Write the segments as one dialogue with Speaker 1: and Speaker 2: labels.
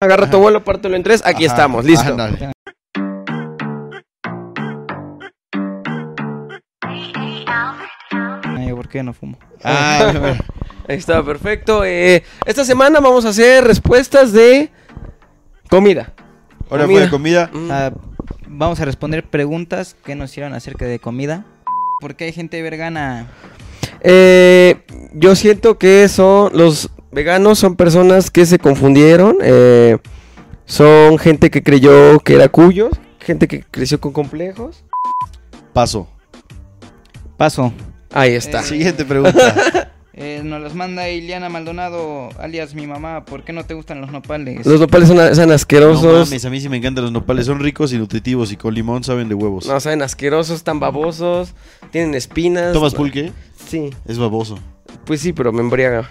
Speaker 1: Agarra tu vuelo, pártelo en tres. Aquí
Speaker 2: Ajá,
Speaker 1: estamos, listo.
Speaker 2: ándale.
Speaker 3: Ay, ¿por qué no fumo?
Speaker 2: Ah, bueno.
Speaker 1: Ahí está, perfecto. Eh, esta semana vamos a hacer respuestas de comida.
Speaker 2: Ahora fue de comida.
Speaker 1: Mm.
Speaker 3: Ah, vamos a responder preguntas que nos hicieron acerca de comida. ¿Por qué hay gente vergana?
Speaker 1: Eh, yo siento que son los veganos son personas que se confundieron. eh, son gente que creyó que era cuyos, gente que creció con complejos.
Speaker 2: Paso.
Speaker 3: Paso.
Speaker 1: Ahí está.
Speaker 3: Eh,
Speaker 2: Siguiente pregunta.
Speaker 3: Eh, nos los manda Iliana Maldonado, alias mi mamá. ¿Por qué no te gustan los nopales?
Speaker 1: Los nopales son, son
Speaker 2: No
Speaker 1: asquerosos.
Speaker 2: mames, a mí sí me encantan los nopales. Son ricos y nutritivos y con limón saben de huevos.
Speaker 1: No, saben asquerosos, tan babosos, tienen espinas.
Speaker 2: ¿Tomas pulque?
Speaker 1: Sí,
Speaker 2: Es baboso.
Speaker 1: pues sí, pero me embriaga.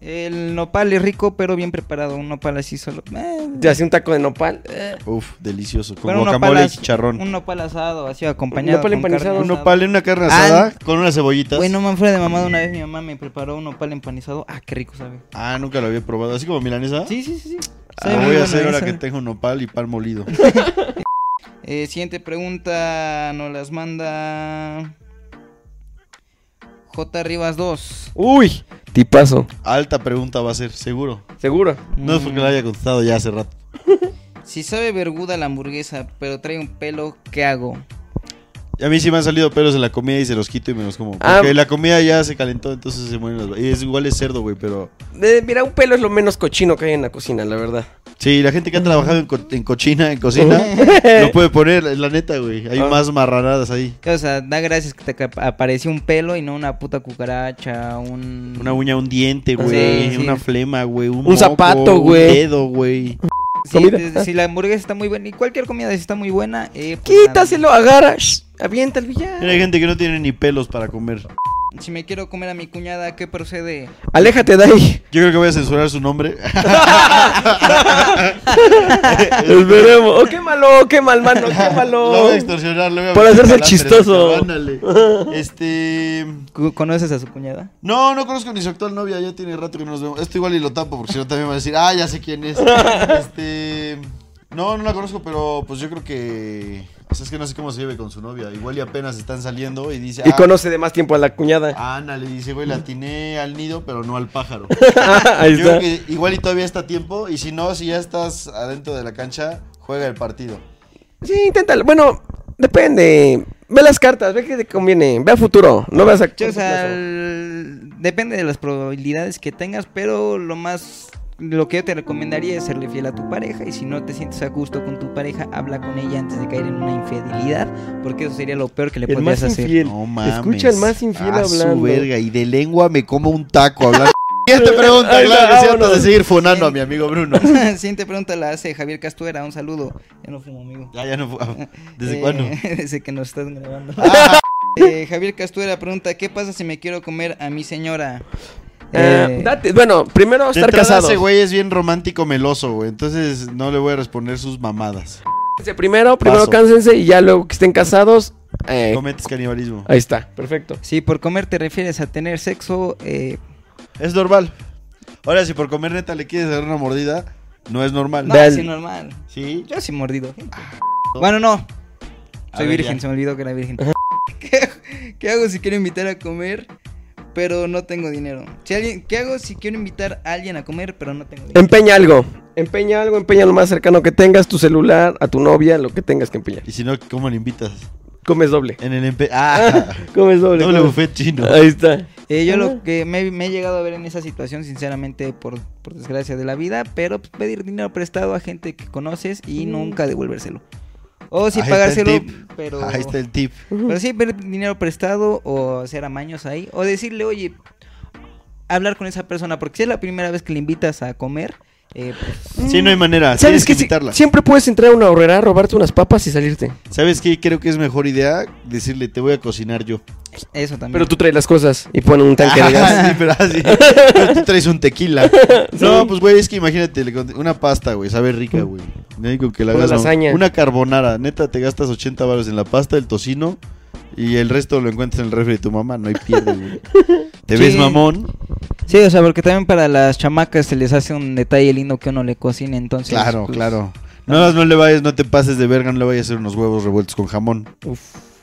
Speaker 3: El nopal es rico, pero bien preparado. Un nopal así solo. eh,
Speaker 1: Te hace un taco de nopal. eh,
Speaker 2: Uf, delicioso. Con
Speaker 3: bueno, un
Speaker 2: guacamole
Speaker 3: nopal
Speaker 2: y
Speaker 3: as-
Speaker 2: chicharrón.
Speaker 3: Un nopal asado, así acompañado.
Speaker 1: nopal
Speaker 3: con carne
Speaker 1: empanizado,
Speaker 2: Un
Speaker 3: asada.
Speaker 2: nopal en una carne
Speaker 3: Ah,
Speaker 2: asada con unas cebollitas.
Speaker 3: Bueno, man, fuera de mamada, una vez mi mamá me preparó un nopal empanizado. Ah, qué rico sabe.
Speaker 2: Ah, nunca lo había probado. Así como milanesa.
Speaker 3: Sí, sí, sí. sí.
Speaker 2: Ah,
Speaker 3: Sabe
Speaker 2: lo
Speaker 3: muy
Speaker 2: voy a
Speaker 3: bueno,
Speaker 2: hacer
Speaker 3: eh,
Speaker 2: ahora
Speaker 3: sabe.
Speaker 2: que tengo nopal y pan molido.
Speaker 3: Eh, siguiente pregunta nos las manda J Rivas 2.
Speaker 1: Uy, tipazo.
Speaker 2: Alta pregunta va a ser, seguro.
Speaker 1: Seguro.
Speaker 2: No es porque la haya contestado ya hace rato.
Speaker 3: Mm, Si sabe verguda la hamburguesa, pero trae un pelo, ¿qué hago?
Speaker 2: A mí sí me han salido pelos en la comida y se los quito y me los como. Porque
Speaker 1: Ah.
Speaker 2: la comida ya se calentó, entonces se mueren las... y Es igual es cerdo, güey, pero...
Speaker 1: Eh, mira, un pelo es lo menos cochino que hay en la cocina, la verdad.
Speaker 2: Sí, la gente que ha trabajado en, co- en cochina, en cocina, lo puede poner, la neta, güey. Hay
Speaker 1: Ah.
Speaker 2: más marranadas ahí.
Speaker 3: O sea, da gracias que te ca- apareció un pelo y no una puta cucaracha, un...
Speaker 2: Una uña, un diente,
Speaker 3: Sí,
Speaker 2: güey.
Speaker 3: sí.
Speaker 2: Una flema, güey. Un,
Speaker 1: Un
Speaker 2: moco,
Speaker 1: zapato, güey.
Speaker 2: Un dedo, güey.
Speaker 3: Sí,
Speaker 1: comida.
Speaker 3: te- si la hamburguesa está muy buena y cualquier comida si está muy buena, eh, pues nada.
Speaker 1: Quítaselo, agarra, shh, avienta el
Speaker 2: Mira, Hay
Speaker 1: billar.
Speaker 2: gente que no tiene ni pelos para comer.
Speaker 3: Si me quiero comer a mi cuñada, ¿qué procede?
Speaker 1: Aléjate de ahí.
Speaker 2: Yo creo que voy a censurar su nombre.
Speaker 1: Esperemos. Oh, quémalo, quémalo, mano,
Speaker 2: Lo voy a
Speaker 1: quémalo.
Speaker 2: extorsionar, lo voy a
Speaker 1: Para hacerse
Speaker 2: meter en calambres,
Speaker 1: chistoso.
Speaker 2: Ándale. Este.
Speaker 3: ¿Cu- ¿Conoces a su cuñada?
Speaker 2: No, no conozco ni su actual novia, ya tiene rato que no nos vemos. Esto igual y lo tapo, porque si no también va a decir, ah, ya sé quién es. Este. No, no la conozco, pero pues yo creo que. O sea, es que no sé cómo se lleve con su novia. Igual y apenas están saliendo y dice.
Speaker 1: Y
Speaker 2: ah,
Speaker 1: conoce de más tiempo a la cuñada.
Speaker 2: Ándale, dice, güey, la atiné al nido, pero no al pájaro.
Speaker 1: Ahí
Speaker 2: Ah. Yo creo
Speaker 1: está.
Speaker 2: que igual y todavía está a tiempo, y si no, si ya estás adentro de la cancha, juega el partido.
Speaker 1: Sí, inténtalo. Bueno, depende. Ve las cartas, ve qué te conviene. Ve a futuro, no veas a
Speaker 3: Che, o
Speaker 1: corto
Speaker 3: sea,
Speaker 1: plazo.
Speaker 3: el- depende de las probabilidades que tengas, pero lo más lo que yo te recomendaría es serle fiel a tu pareja y si no te sientes a gusto con tu pareja, habla con ella antes de caer en una infidelidad, porque eso sería lo peor que le
Speaker 1: El
Speaker 3: podrías
Speaker 1: más
Speaker 3: hacer.
Speaker 1: infiel. Escucha el más infiel
Speaker 2: A
Speaker 1: hablando.
Speaker 2: Ah, su verga, y de lengua me como un taco hablando. Siguiente pregunta,
Speaker 1: Ahí
Speaker 2: claro
Speaker 1: está,
Speaker 2: que sí, antes
Speaker 1: vámonos.
Speaker 2: de seguir funando a mi amigo Bruno.
Speaker 3: Siguiente pregunta la hace Javier Castuera, un saludo. Ya no fumo, amigo.
Speaker 2: Ya, ya no fu- ah, ¿Desde
Speaker 3: Eh,
Speaker 2: cuándo?
Speaker 3: Desde que nos estás grabando.
Speaker 2: Ah,
Speaker 3: Eh, Javier Castuera pregunta, ¿qué pasa si me quiero comer a mi señora?
Speaker 1: Eh,
Speaker 3: Eh,
Speaker 1: date- bueno, primero
Speaker 2: de
Speaker 1: estar
Speaker 2: entrada,
Speaker 1: casado.
Speaker 2: Ese güey es bien romántico meloso, güey. Entonces no le voy a responder sus mamadas.
Speaker 1: Primero, primero
Speaker 2: Paso.
Speaker 1: cánsense y ya luego que estén casados. eh,
Speaker 2: Cometes canibalismo.
Speaker 1: ahí está, perfecto.
Speaker 3: Si por comer te refieres a tener sexo, eh,
Speaker 2: Es normal. Ahora, si por comer neta le quieres dar una mordida, no es normal.
Speaker 3: no,
Speaker 1: Ve al-
Speaker 3: así normal.
Speaker 2: Sí.
Speaker 3: Yo sí mordido. Bueno, no.
Speaker 2: Ah, A
Speaker 3: Soy
Speaker 2: ver,
Speaker 3: virgen,
Speaker 2: ya.
Speaker 3: se me olvidó que era virgen. ¿Qué, qué hago si quiero invitar a comer, pero no tengo dinero? Si alguien, ¿Qué hago si quiero invitar a alguien a comer, pero no tengo
Speaker 2: Em,
Speaker 3: dinero?
Speaker 1: Empeña algo. Empeña algo, empeña lo más cercano que tengas, tu celular, a tu novia, lo que tengas que empeñar.
Speaker 2: Y si no, ¿cómo le invitas?
Speaker 1: Comes doble.
Speaker 2: En el empe... Ah,
Speaker 1: Comes doble.
Speaker 2: doble
Speaker 1: comes-
Speaker 2: buffet chino.
Speaker 1: Ahí está.
Speaker 3: Eh, yo
Speaker 2: em.
Speaker 1: Ajá.
Speaker 3: lo que me, me he llegado a ver en esa situación, sinceramente, por, por desgracia de la vida, pero pues, pedir dinero prestado a gente que conoces y nunca devolvérselo. O si
Speaker 2: Ahí está el
Speaker 3: pagárselo,
Speaker 2: tip.
Speaker 3: pero...
Speaker 2: Ahí está el tip.
Speaker 3: Pero sí, pedir dinero prestado o hacer amaños ahí. O decirle, oye, hablar con esa persona. Porque si es la primera vez que le invitas a comer, eh, pues,
Speaker 2: Sí, no hay manera.
Speaker 1: ¿Sabes
Speaker 2: Tienes que
Speaker 1: que si-
Speaker 2: invitarla.
Speaker 1: siempre puedes entrar a una horrera, robarte unas papas y salirte?
Speaker 2: ¿Sabes qué? Creo que es mejor idea decirle, te voy a cocinar yo.
Speaker 3: pues, eso también.
Speaker 1: Pero tú traes las cosas y ponen un tanque de gas.
Speaker 2: Ah, sí, pero así. Pero tú traes un tequila. No, pues, güey, es que imagínate, le conté- una pasta, güey, sabe rica, güey. No digo que la
Speaker 1: Una
Speaker 2: hagas, no.
Speaker 1: lasaña.
Speaker 2: Una carbonara. Neta, te gastas 80 baros en la pasta, el tocino. Y el resto lo encuentras en el refri de tu mamá, no hay pierde, güey. Te
Speaker 3: Sí.
Speaker 2: ves mamón,
Speaker 3: Sí, o sea, porque también para las chamacas se les hace un detalle lindo que uno le cocine, entonces.
Speaker 2: Claro,
Speaker 3: pues,
Speaker 2: claro. No, no, le vayas, no te pases de verga, no le vayas a hacer unos huevos revueltos con jamón.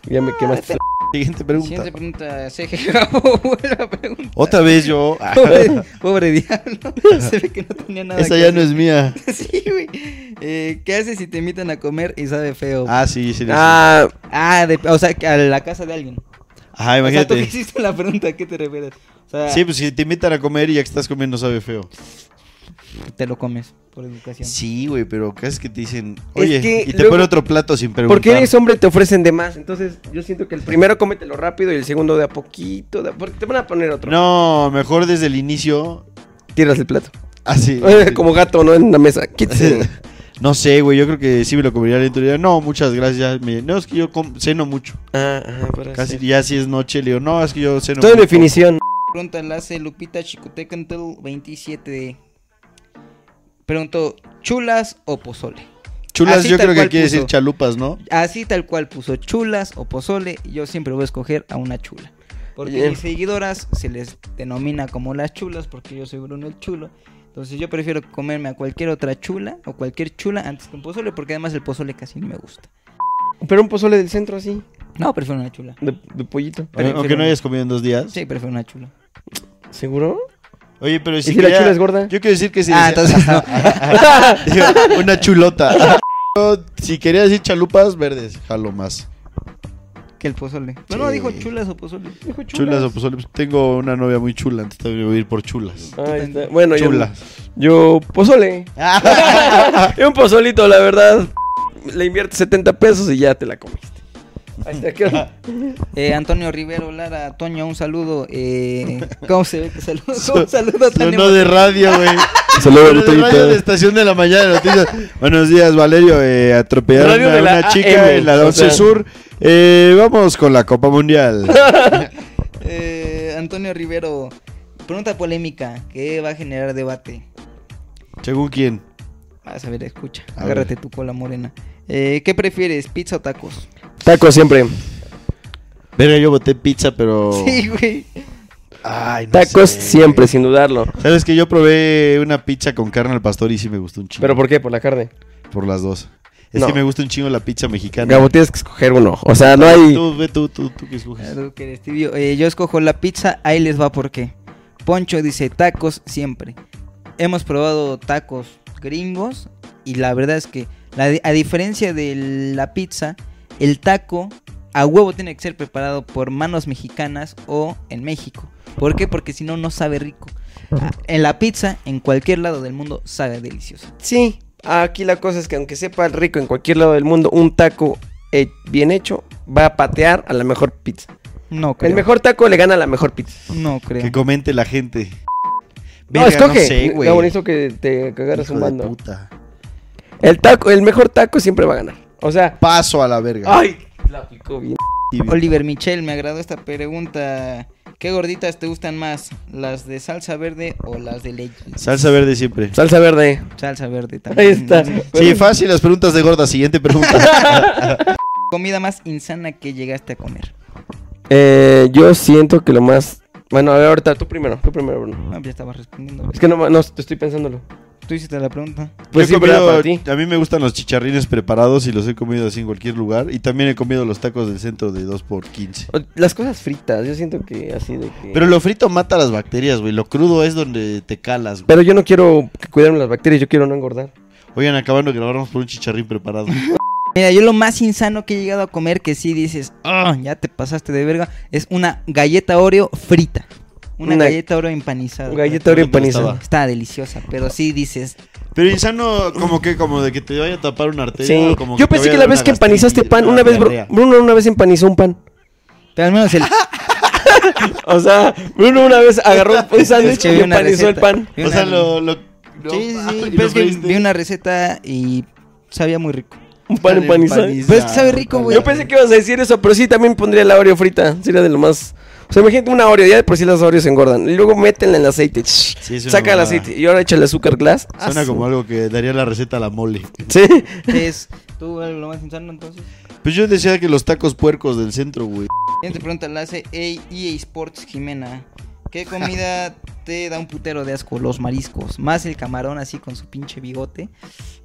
Speaker 1: Ya me quemaste.
Speaker 2: Siguiente pregunta.
Speaker 3: Siguiente pregunta, CG Gabo, vuelve a preguntar.
Speaker 2: Otra vez yo. Ah,
Speaker 3: Pobre, pobre diablo, se ve que no tenía nada
Speaker 2: Esa
Speaker 3: que
Speaker 2: ya
Speaker 3: hacer.
Speaker 2: no es mía.
Speaker 3: Sí, güey. Eh, ¿Qué haces si te invitan a comer y sabe feo? Ah,
Speaker 2: Ah, sí, sí. sí.
Speaker 1: Ah,
Speaker 3: de- o sea, que a la casa de alguien.
Speaker 2: Ajá,
Speaker 3: O sea, tú que
Speaker 2: imagínate.
Speaker 3: hiciste la pregunta, ¿a qué te refieres? O sea,
Speaker 2: Sí, pues si te invitan a comer y ya que estás comiendo sabe feo.
Speaker 3: te lo comes por educación.
Speaker 2: Sí, güey, pero ¿qué es que te dicen?
Speaker 1: Es
Speaker 2: Oye,
Speaker 1: que
Speaker 2: y te
Speaker 1: luego-
Speaker 2: ponen otro plato sin preguntar.
Speaker 1: porque eres hombre te ofrecen de más. Entonces yo siento que el primero cómetelo rápido y el segundo de a poquito. de a- Porque te van a poner otro.
Speaker 2: No, mejor desde el inicio.
Speaker 1: Tiras el plato.
Speaker 2: Así.
Speaker 1: Como gato, ¿no? En la mesa. Quítese.
Speaker 2: No sé, güey, yo creo que sí me lo comería lento. Diría, no, muchas gracias. Me- no, es que yo com- ceno mucho.
Speaker 1: Ah, ajá, para
Speaker 2: Casi
Speaker 1: hacer.
Speaker 2: ya si es noche, le digo, no, es que yo ceno
Speaker 1: Todo en
Speaker 2: mucho.
Speaker 1: definición.
Speaker 3: Pregunta la hace Lupita Chicutecantel 27. Preguntó, ¿chulas o pozole?
Speaker 2: Chulas,
Speaker 3: Así
Speaker 2: yo
Speaker 3: tal
Speaker 2: creo que
Speaker 3: cual
Speaker 2: quiere decir
Speaker 3: puso.
Speaker 2: chalupas, ¿no?
Speaker 3: Así tal cual puso chulas o pozole, yo siempre voy a escoger a una chula. Eh, Porque
Speaker 1: Bien.
Speaker 3: mis seguidoras se les denomina como las chulas, porque yo soy Bruno el chulo. Entonces yo prefiero comerme a cualquier otra chula o cualquier chula antes que un pozole, porque además el pozole casi ni me gusta.
Speaker 1: Pero un pozole del centro así.
Speaker 3: No, prefiero una chula.
Speaker 1: De, de pollito.
Speaker 3: Pero-
Speaker 2: Aunque
Speaker 3: pero-
Speaker 2: no hayas comido en dos días.
Speaker 3: Sí, prefiero una chula.
Speaker 1: ¿Seguro?
Speaker 2: Oye, pero si,
Speaker 1: si la
Speaker 2: quería-
Speaker 1: chula es gorda?
Speaker 2: Yo quiero decir que si
Speaker 3: Ah,
Speaker 2: decía-
Speaker 3: entonces no.
Speaker 2: Digo, una chulota. Yo, si quería decir chalupas verdes, jalo más.
Speaker 3: Que el pozole. No, no,
Speaker 2: Sí.
Speaker 3: dijo chulas o pozole. Dijo
Speaker 2: Chulas, o pozole. Tengo una novia muy chula, entonces también voy a ir por chulas.
Speaker 1: Ahí está. Bueno, yo-
Speaker 2: Chulas.
Speaker 1: Yo, pozole. un pozolito, la verdad. Le inviertes 70 pesos y ya te la comiste. Ahí está, ¿qué-
Speaker 3: Eh, Antonio Rivero Lara, Toño, un saludo. Eh, ¿Cómo se ve que saludo? Un saludo tan
Speaker 2: Sonó de radio, güey.
Speaker 1: Saludos,
Speaker 2: Sonó de
Speaker 1: Toñito.
Speaker 2: radio de estación de la mañana. noticias. Buenos días, Valerio. Eh, atropellaron
Speaker 1: Radio
Speaker 2: a
Speaker 1: de la
Speaker 2: una chica
Speaker 1: AM,
Speaker 2: en la
Speaker 1: o
Speaker 2: 11
Speaker 1: sea.
Speaker 2: Sur. Eh, vamos con la Copa Mundial.
Speaker 3: Eh, Antonio Rivero, pregunta polémica que va a generar debate.
Speaker 2: Según quién.
Speaker 3: Vas a ver, escucha.
Speaker 2: A
Speaker 3: Agárrate tu cola morena. Eh, ¿Qué prefieres, pizza o tacos?
Speaker 1: Taco siempre.
Speaker 2: Verga, yo voté pizza, pero.
Speaker 3: Sí, güey.
Speaker 2: Ay, no
Speaker 1: Tacos
Speaker 2: sé.
Speaker 1: siempre, sin dudarlo.
Speaker 2: Sabes que yo probé una pizza con carne al pastor y sí me gustó un chingo.
Speaker 1: ¿Pero por qué? Por la carne.
Speaker 2: Por las dos. Es
Speaker 1: No.
Speaker 2: que me gusta un chingo la pizza mexicana.
Speaker 1: Gabo, tienes que escoger uno. O sea, no hay.
Speaker 2: Tú, ve tú, tú, tú que escoges.
Speaker 3: Algo Pues, que eres tibio. Eh, yo escojo la pizza, ahí les va por qué. Poncho dice tacos siempre. Hemos probado tacos gringos y la verdad es que la di- a diferencia de la pizza, el taco a huevo tiene que ser preparado por manos mexicanas o en México. ¿Por qué? Porque si no, no sabe rico. Ah, En la pizza, en cualquier lado del mundo, sabe delicioso.
Speaker 1: Sí, aquí la cosa es que aunque sepa rico en cualquier lado del mundo, un taco eh, bien hecho va a patear a la mejor pizza.
Speaker 3: No creo.
Speaker 1: El mejor taco le gana a la mejor pizza.
Speaker 3: No creo.
Speaker 2: Que comente la gente.
Speaker 1: No,
Speaker 2: Verga,
Speaker 1: escoge.
Speaker 2: sé, güey.
Speaker 1: Gabo, bonito que te cagaras
Speaker 2: Hijo
Speaker 1: un
Speaker 2: de
Speaker 1: bando.
Speaker 2: puta.
Speaker 1: El taco, el mejor taco siempre va a ganar. O sea,
Speaker 2: Paso a la verga.
Speaker 1: ay, la aplicó bien.
Speaker 2: Tibio.
Speaker 3: Oliver Michel, me agradó esta pregunta. ¿Qué gorditas te gustan más? ¿Las de salsa verde o las de leche?
Speaker 2: Salsa verde siempre.
Speaker 1: Salsa verde.
Speaker 3: Salsa verde también.
Speaker 1: Ahí está.
Speaker 2: Sí, fácil las preguntas de gorda. Siguiente pregunta.
Speaker 3: Comida más insana que llegaste a comer.
Speaker 1: Eh, yo siento que lo más. Bueno, a ver, ahorita tú primero, tú primero, Bruno.
Speaker 3: No, Ah, ya estaba respondiendo.
Speaker 1: Es que no, no te estoy pensándolo.
Speaker 3: Tú hiciste la pregunta.
Speaker 1: Pues
Speaker 2: Yo he
Speaker 1: sí, ¿verdad?
Speaker 2: comido-
Speaker 1: para ti.
Speaker 2: A mí me gustan los chicharrines preparados y los he comido así en cualquier lugar. Y también he comido los tacos del centro de 2x15.
Speaker 1: O- Las cosas fritas, yo siento que así de que.
Speaker 2: Pero lo frito mata las bacterias, güey. Lo crudo es donde te calas, güey.
Speaker 1: Pero yo no quiero que cuidarme las bacterias, yo quiero no engordar.
Speaker 2: Oigan, acabando de grabar, vamos por un chicharrín preparado.
Speaker 3: Mira, yo lo más insano que he llegado a comer que sí dices, ah, ya te pasaste de verga, es una galleta Oreo frita. Una,
Speaker 1: Una-
Speaker 3: galleta Oreo empanizada.
Speaker 1: Galleta Oreo empanizada.
Speaker 3: Está deliciosa, pero sí dices,
Speaker 2: Pero insano, como que, como de que te vaya a tapar una arteria.
Speaker 1: Sí.
Speaker 2: o como
Speaker 1: Yo
Speaker 2: te
Speaker 1: pensé
Speaker 2: vaya
Speaker 1: que
Speaker 2: a
Speaker 1: la
Speaker 2: dar
Speaker 1: vez
Speaker 2: una
Speaker 1: que empanizaste
Speaker 2: gastritis,
Speaker 1: pan, una vez Bru-
Speaker 2: diarrea.
Speaker 1: Bruno una vez empanizó un pan.
Speaker 3: pero al menos el,
Speaker 1: Ah, O sea, Bruno una vez agarró un sándwich
Speaker 3: que vi
Speaker 1: y
Speaker 3: una
Speaker 1: empanizó el
Speaker 3: receta.
Speaker 1: pan.
Speaker 3: Vi
Speaker 2: O sea,
Speaker 3: una-
Speaker 2: lo. lo no,
Speaker 3: Sí, sí,
Speaker 2: ah,
Speaker 3: sí,
Speaker 2: y
Speaker 3: pero
Speaker 2: lo
Speaker 3: es que
Speaker 2: freíste.
Speaker 3: vi una receta y sabía muy rico.
Speaker 1: Un pan
Speaker 2: Pan
Speaker 1: empanizado. Pues,
Speaker 2: empanizado.
Speaker 3: Pero es que sabe rico, güey.
Speaker 1: Yo pensé que ibas a decir eso, pero sí también pondría la Oreo frita. Sería de lo más. O sea, imagínate una Oreo, ya de por sí las Oreos se engordan. Y luego métenla en el aceite. shh,
Speaker 2: Sí, es una
Speaker 1: saca el
Speaker 2: mamada.
Speaker 1: aceite. Y ahora échale azúcar glass.
Speaker 2: Suena
Speaker 1: Ah,
Speaker 2: como algo que daría la receta a la mole.
Speaker 1: Sí.
Speaker 3: ¿Qué es tú algo lo más insano entonces?
Speaker 2: Pues yo decía que los tacos puercos del centro, güey.
Speaker 3: E Siguiente pregunta la hace EA Sports Jimena. ¿Qué comida aparte da un putero de asco los mariscos. Más el camarón así con su pinche bigote.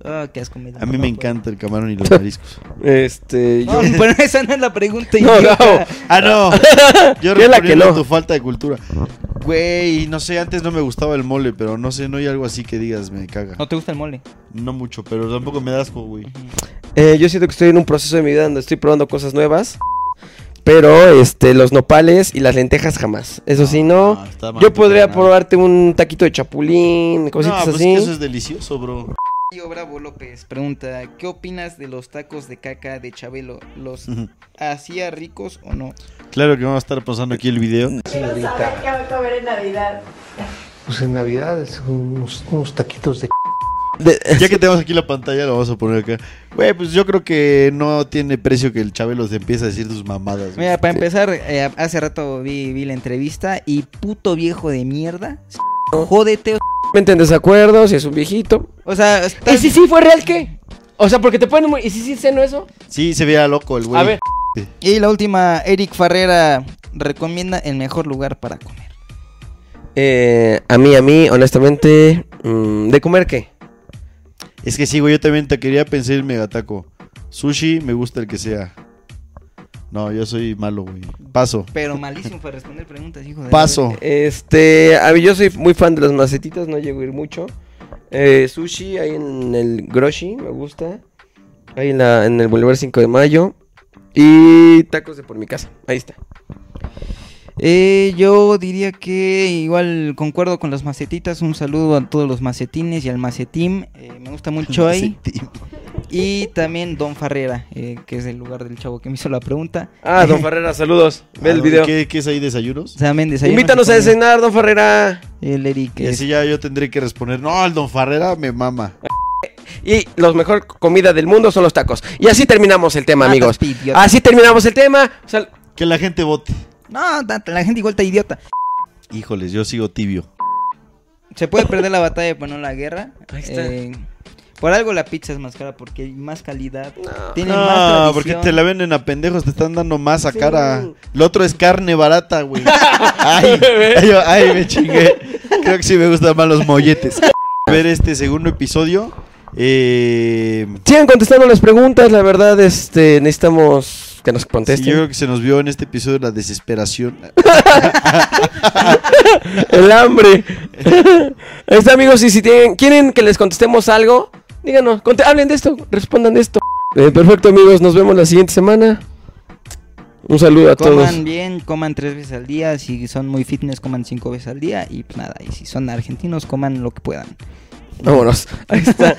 Speaker 3: Ah, qué asco me da.
Speaker 2: A mí
Speaker 3: No
Speaker 2: me
Speaker 3: puedo.
Speaker 2: encanta el camarón y los mariscos.
Speaker 1: Este, yo...
Speaker 3: No, pero esa no es la pregunta.
Speaker 1: No,
Speaker 3: idiota.
Speaker 1: Gabo.
Speaker 2: Ah, no. Yo
Speaker 1: ¿Qué es la que
Speaker 2: respondiendo a
Speaker 1: no?
Speaker 2: tu falta de cultura. Güey, no sé, antes no me gustaba el mole, pero no sé, no hay algo así que digas, me caga.
Speaker 3: ¿No te gusta el mole?
Speaker 2: No mucho, pero tampoco me da asco, güey.
Speaker 1: Eh, yo siento que estoy en un proceso de mi vida donde estoy probando cosas nuevas. Pero este, los nopales y las lentejas jamás. Eso sí, no.
Speaker 2: Ah, está mal,
Speaker 1: yo podría
Speaker 2: carnal.
Speaker 1: probarte un taquito de chapulín,
Speaker 2: No,
Speaker 1: cositas
Speaker 2: pues
Speaker 1: así.
Speaker 2: que eso es delicioso, bro.
Speaker 3: Tío Bravo López pregunta, ¿qué opinas de los tacos de caca de Chabelo? ¿Los
Speaker 2: Mm.
Speaker 3: hacía ricos o no?
Speaker 2: Claro que vamos a estar pasando aquí el video.
Speaker 4: Quiero saber qué va a comer en Navidad.
Speaker 5: Pues en Navidad es unos, unos taquitos de
Speaker 1: De- eh,
Speaker 2: Ya que tenemos aquí la pantalla, lo vamos a poner acá. Güey, pues yo creo que no tiene precio que el Chabelo se empiece a decir tus mamadas. güey.
Speaker 3: Mira, para empezar, eh, hace rato vi, vi la entrevista y puto viejo de mierda. Jódete.
Speaker 1: Mente en desacuerdo, si es un viejito.
Speaker 3: O sea,
Speaker 6: ¿Y
Speaker 3: estás-
Speaker 6: si sí fue real qué? O sea, porque te pueden... mu- ¿Y si sí no eso?
Speaker 2: Sí, se veía loco el güey.
Speaker 6: A ver.
Speaker 3: y la última, Eric Farrera recomienda el mejor lugar para comer.
Speaker 1: Eh, a mí, a mí, honestamente. mm, ¿De comer qué?
Speaker 2: Es que sí, güey, yo también te quería pensar el megataco. Sushi, me gusta el que sea. No, yo soy malo, güey. Paso.
Speaker 3: Pero malísimo para responder preguntas,
Speaker 1: Eh,
Speaker 3: hijo de...
Speaker 2: Paso.
Speaker 1: Este, a mí, yo soy muy fan de las macetitas, no llego a ir mucho. Eh, sushi, ahí en el Groshi, me gusta. Ahí en, la, en el Boulevard 5 de Mayo. Y tacos de por mi casa, ahí está.
Speaker 3: Eh, yo diría que igual concuerdo con las macetitas. Un saludo a todos los macetines y al macetín. Eh, me gusta mucho ahí. Y también Don Farrera, eh, que es el lugar del chavo que me hizo la pregunta.
Speaker 1: Ah, don Ferrera, saludos. Ve el
Speaker 2: Ah,
Speaker 1: video.
Speaker 2: ¿Qué, qué es ahí, desayunos?
Speaker 3: También desayuno
Speaker 1: Invítanos a
Speaker 3: se come.
Speaker 1: cenar, don Ferrera.
Speaker 3: El Eric.
Speaker 2: Y
Speaker 3: es-
Speaker 2: así ya yo tendré que responder. No, el Don Farrera me mama.
Speaker 1: Y los mejor comida del mundo son los tacos. Y así terminamos el tema,
Speaker 3: Ah,
Speaker 1: amigos.
Speaker 3: estás idiota.
Speaker 1: Así terminamos el tema. Sal-
Speaker 2: Que la gente vote.
Speaker 3: No, ta- la gente igual está idiota.
Speaker 2: Híjoles, yo sigo tibio.
Speaker 3: Se puede perder la batalla, pero no la guerra.
Speaker 1: Ahí está.
Speaker 3: Eh, por algo la pizza es más cara, porque hay más calidad. Tiene
Speaker 2: No,
Speaker 3: más
Speaker 2: Ah, porque
Speaker 3: tradición.
Speaker 2: te la venden a pendejos, te están dando más a cara. Lo otro es carne barata, güey. ay, ay, yo- ay, me chingué. Creo que sí me gustan más los molletes. Ver este segundo episodio. Eh,
Speaker 1: Sigan contestando las preguntas. La verdad, este, necesitamos que nos
Speaker 3: Este.
Speaker 2: sí, yo
Speaker 1: contesten.
Speaker 2: creo que se nos vio en este episodio la desesperación.
Speaker 1: El hambre. Ahí está, amigos. Y si tienen, quieren que les contestemos algo, díganos. conte- hablen de esto. Respondan de esto. Eh, perfecto, amigos. Nos vemos la siguiente semana. Un saludo a todos.
Speaker 3: Coman bien, coman tres veces al día. Si son muy fitness, coman cinco veces al día. Y pues nada, y si son argentinos, coman lo que puedan.
Speaker 1: Vámonos. Ahí está.